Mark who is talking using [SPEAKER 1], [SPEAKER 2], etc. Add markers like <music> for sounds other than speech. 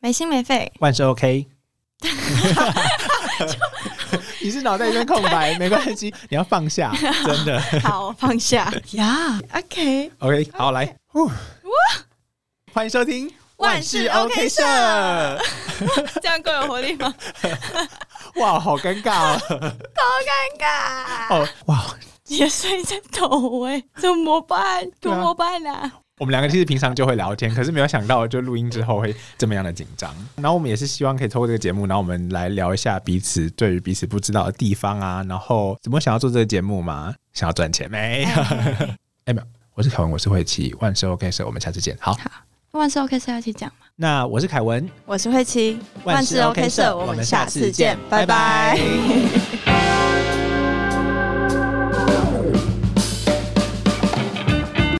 [SPEAKER 1] 没心没肺，
[SPEAKER 2] 万事 OK。你是脑袋一片空白，没关系，你要
[SPEAKER 1] <laughs>
[SPEAKER 2] 放下，真的。
[SPEAKER 1] <laughs> 好我放 <laughs> 下呀。OK，
[SPEAKER 2] OK，好，来，呼欢迎收听
[SPEAKER 1] 万事 OK 社这样够有活 <laughs> 力吗？
[SPEAKER 2] 哇，好尴尬哦！
[SPEAKER 1] 好尴尬，
[SPEAKER 2] 哦，哇，
[SPEAKER 1] 你的声音在抖哎、怎么办？怎
[SPEAKER 2] 对啊
[SPEAKER 1] 么办啊？
[SPEAKER 2] 我们两个其实平常就会聊天，可是没有想到就录音之后会这么样的紧张。然后我们也是希望可以透过这个节目，然后我们来聊一下彼此对于彼此不知道的地方啊，然后怎么想要做这个节目嘛，想要赚钱没？ <laughs>
[SPEAKER 1] 哎
[SPEAKER 2] 哎，没有，我是凯文，我是慧琪，万事 OK 社，我们下次见。好，
[SPEAKER 1] 万事 OK 是要一起讲吗？
[SPEAKER 2] 那我是凯文，
[SPEAKER 1] 我是慧琪，
[SPEAKER 2] <laughs> 万事 OK 社，我们下次见，拜拜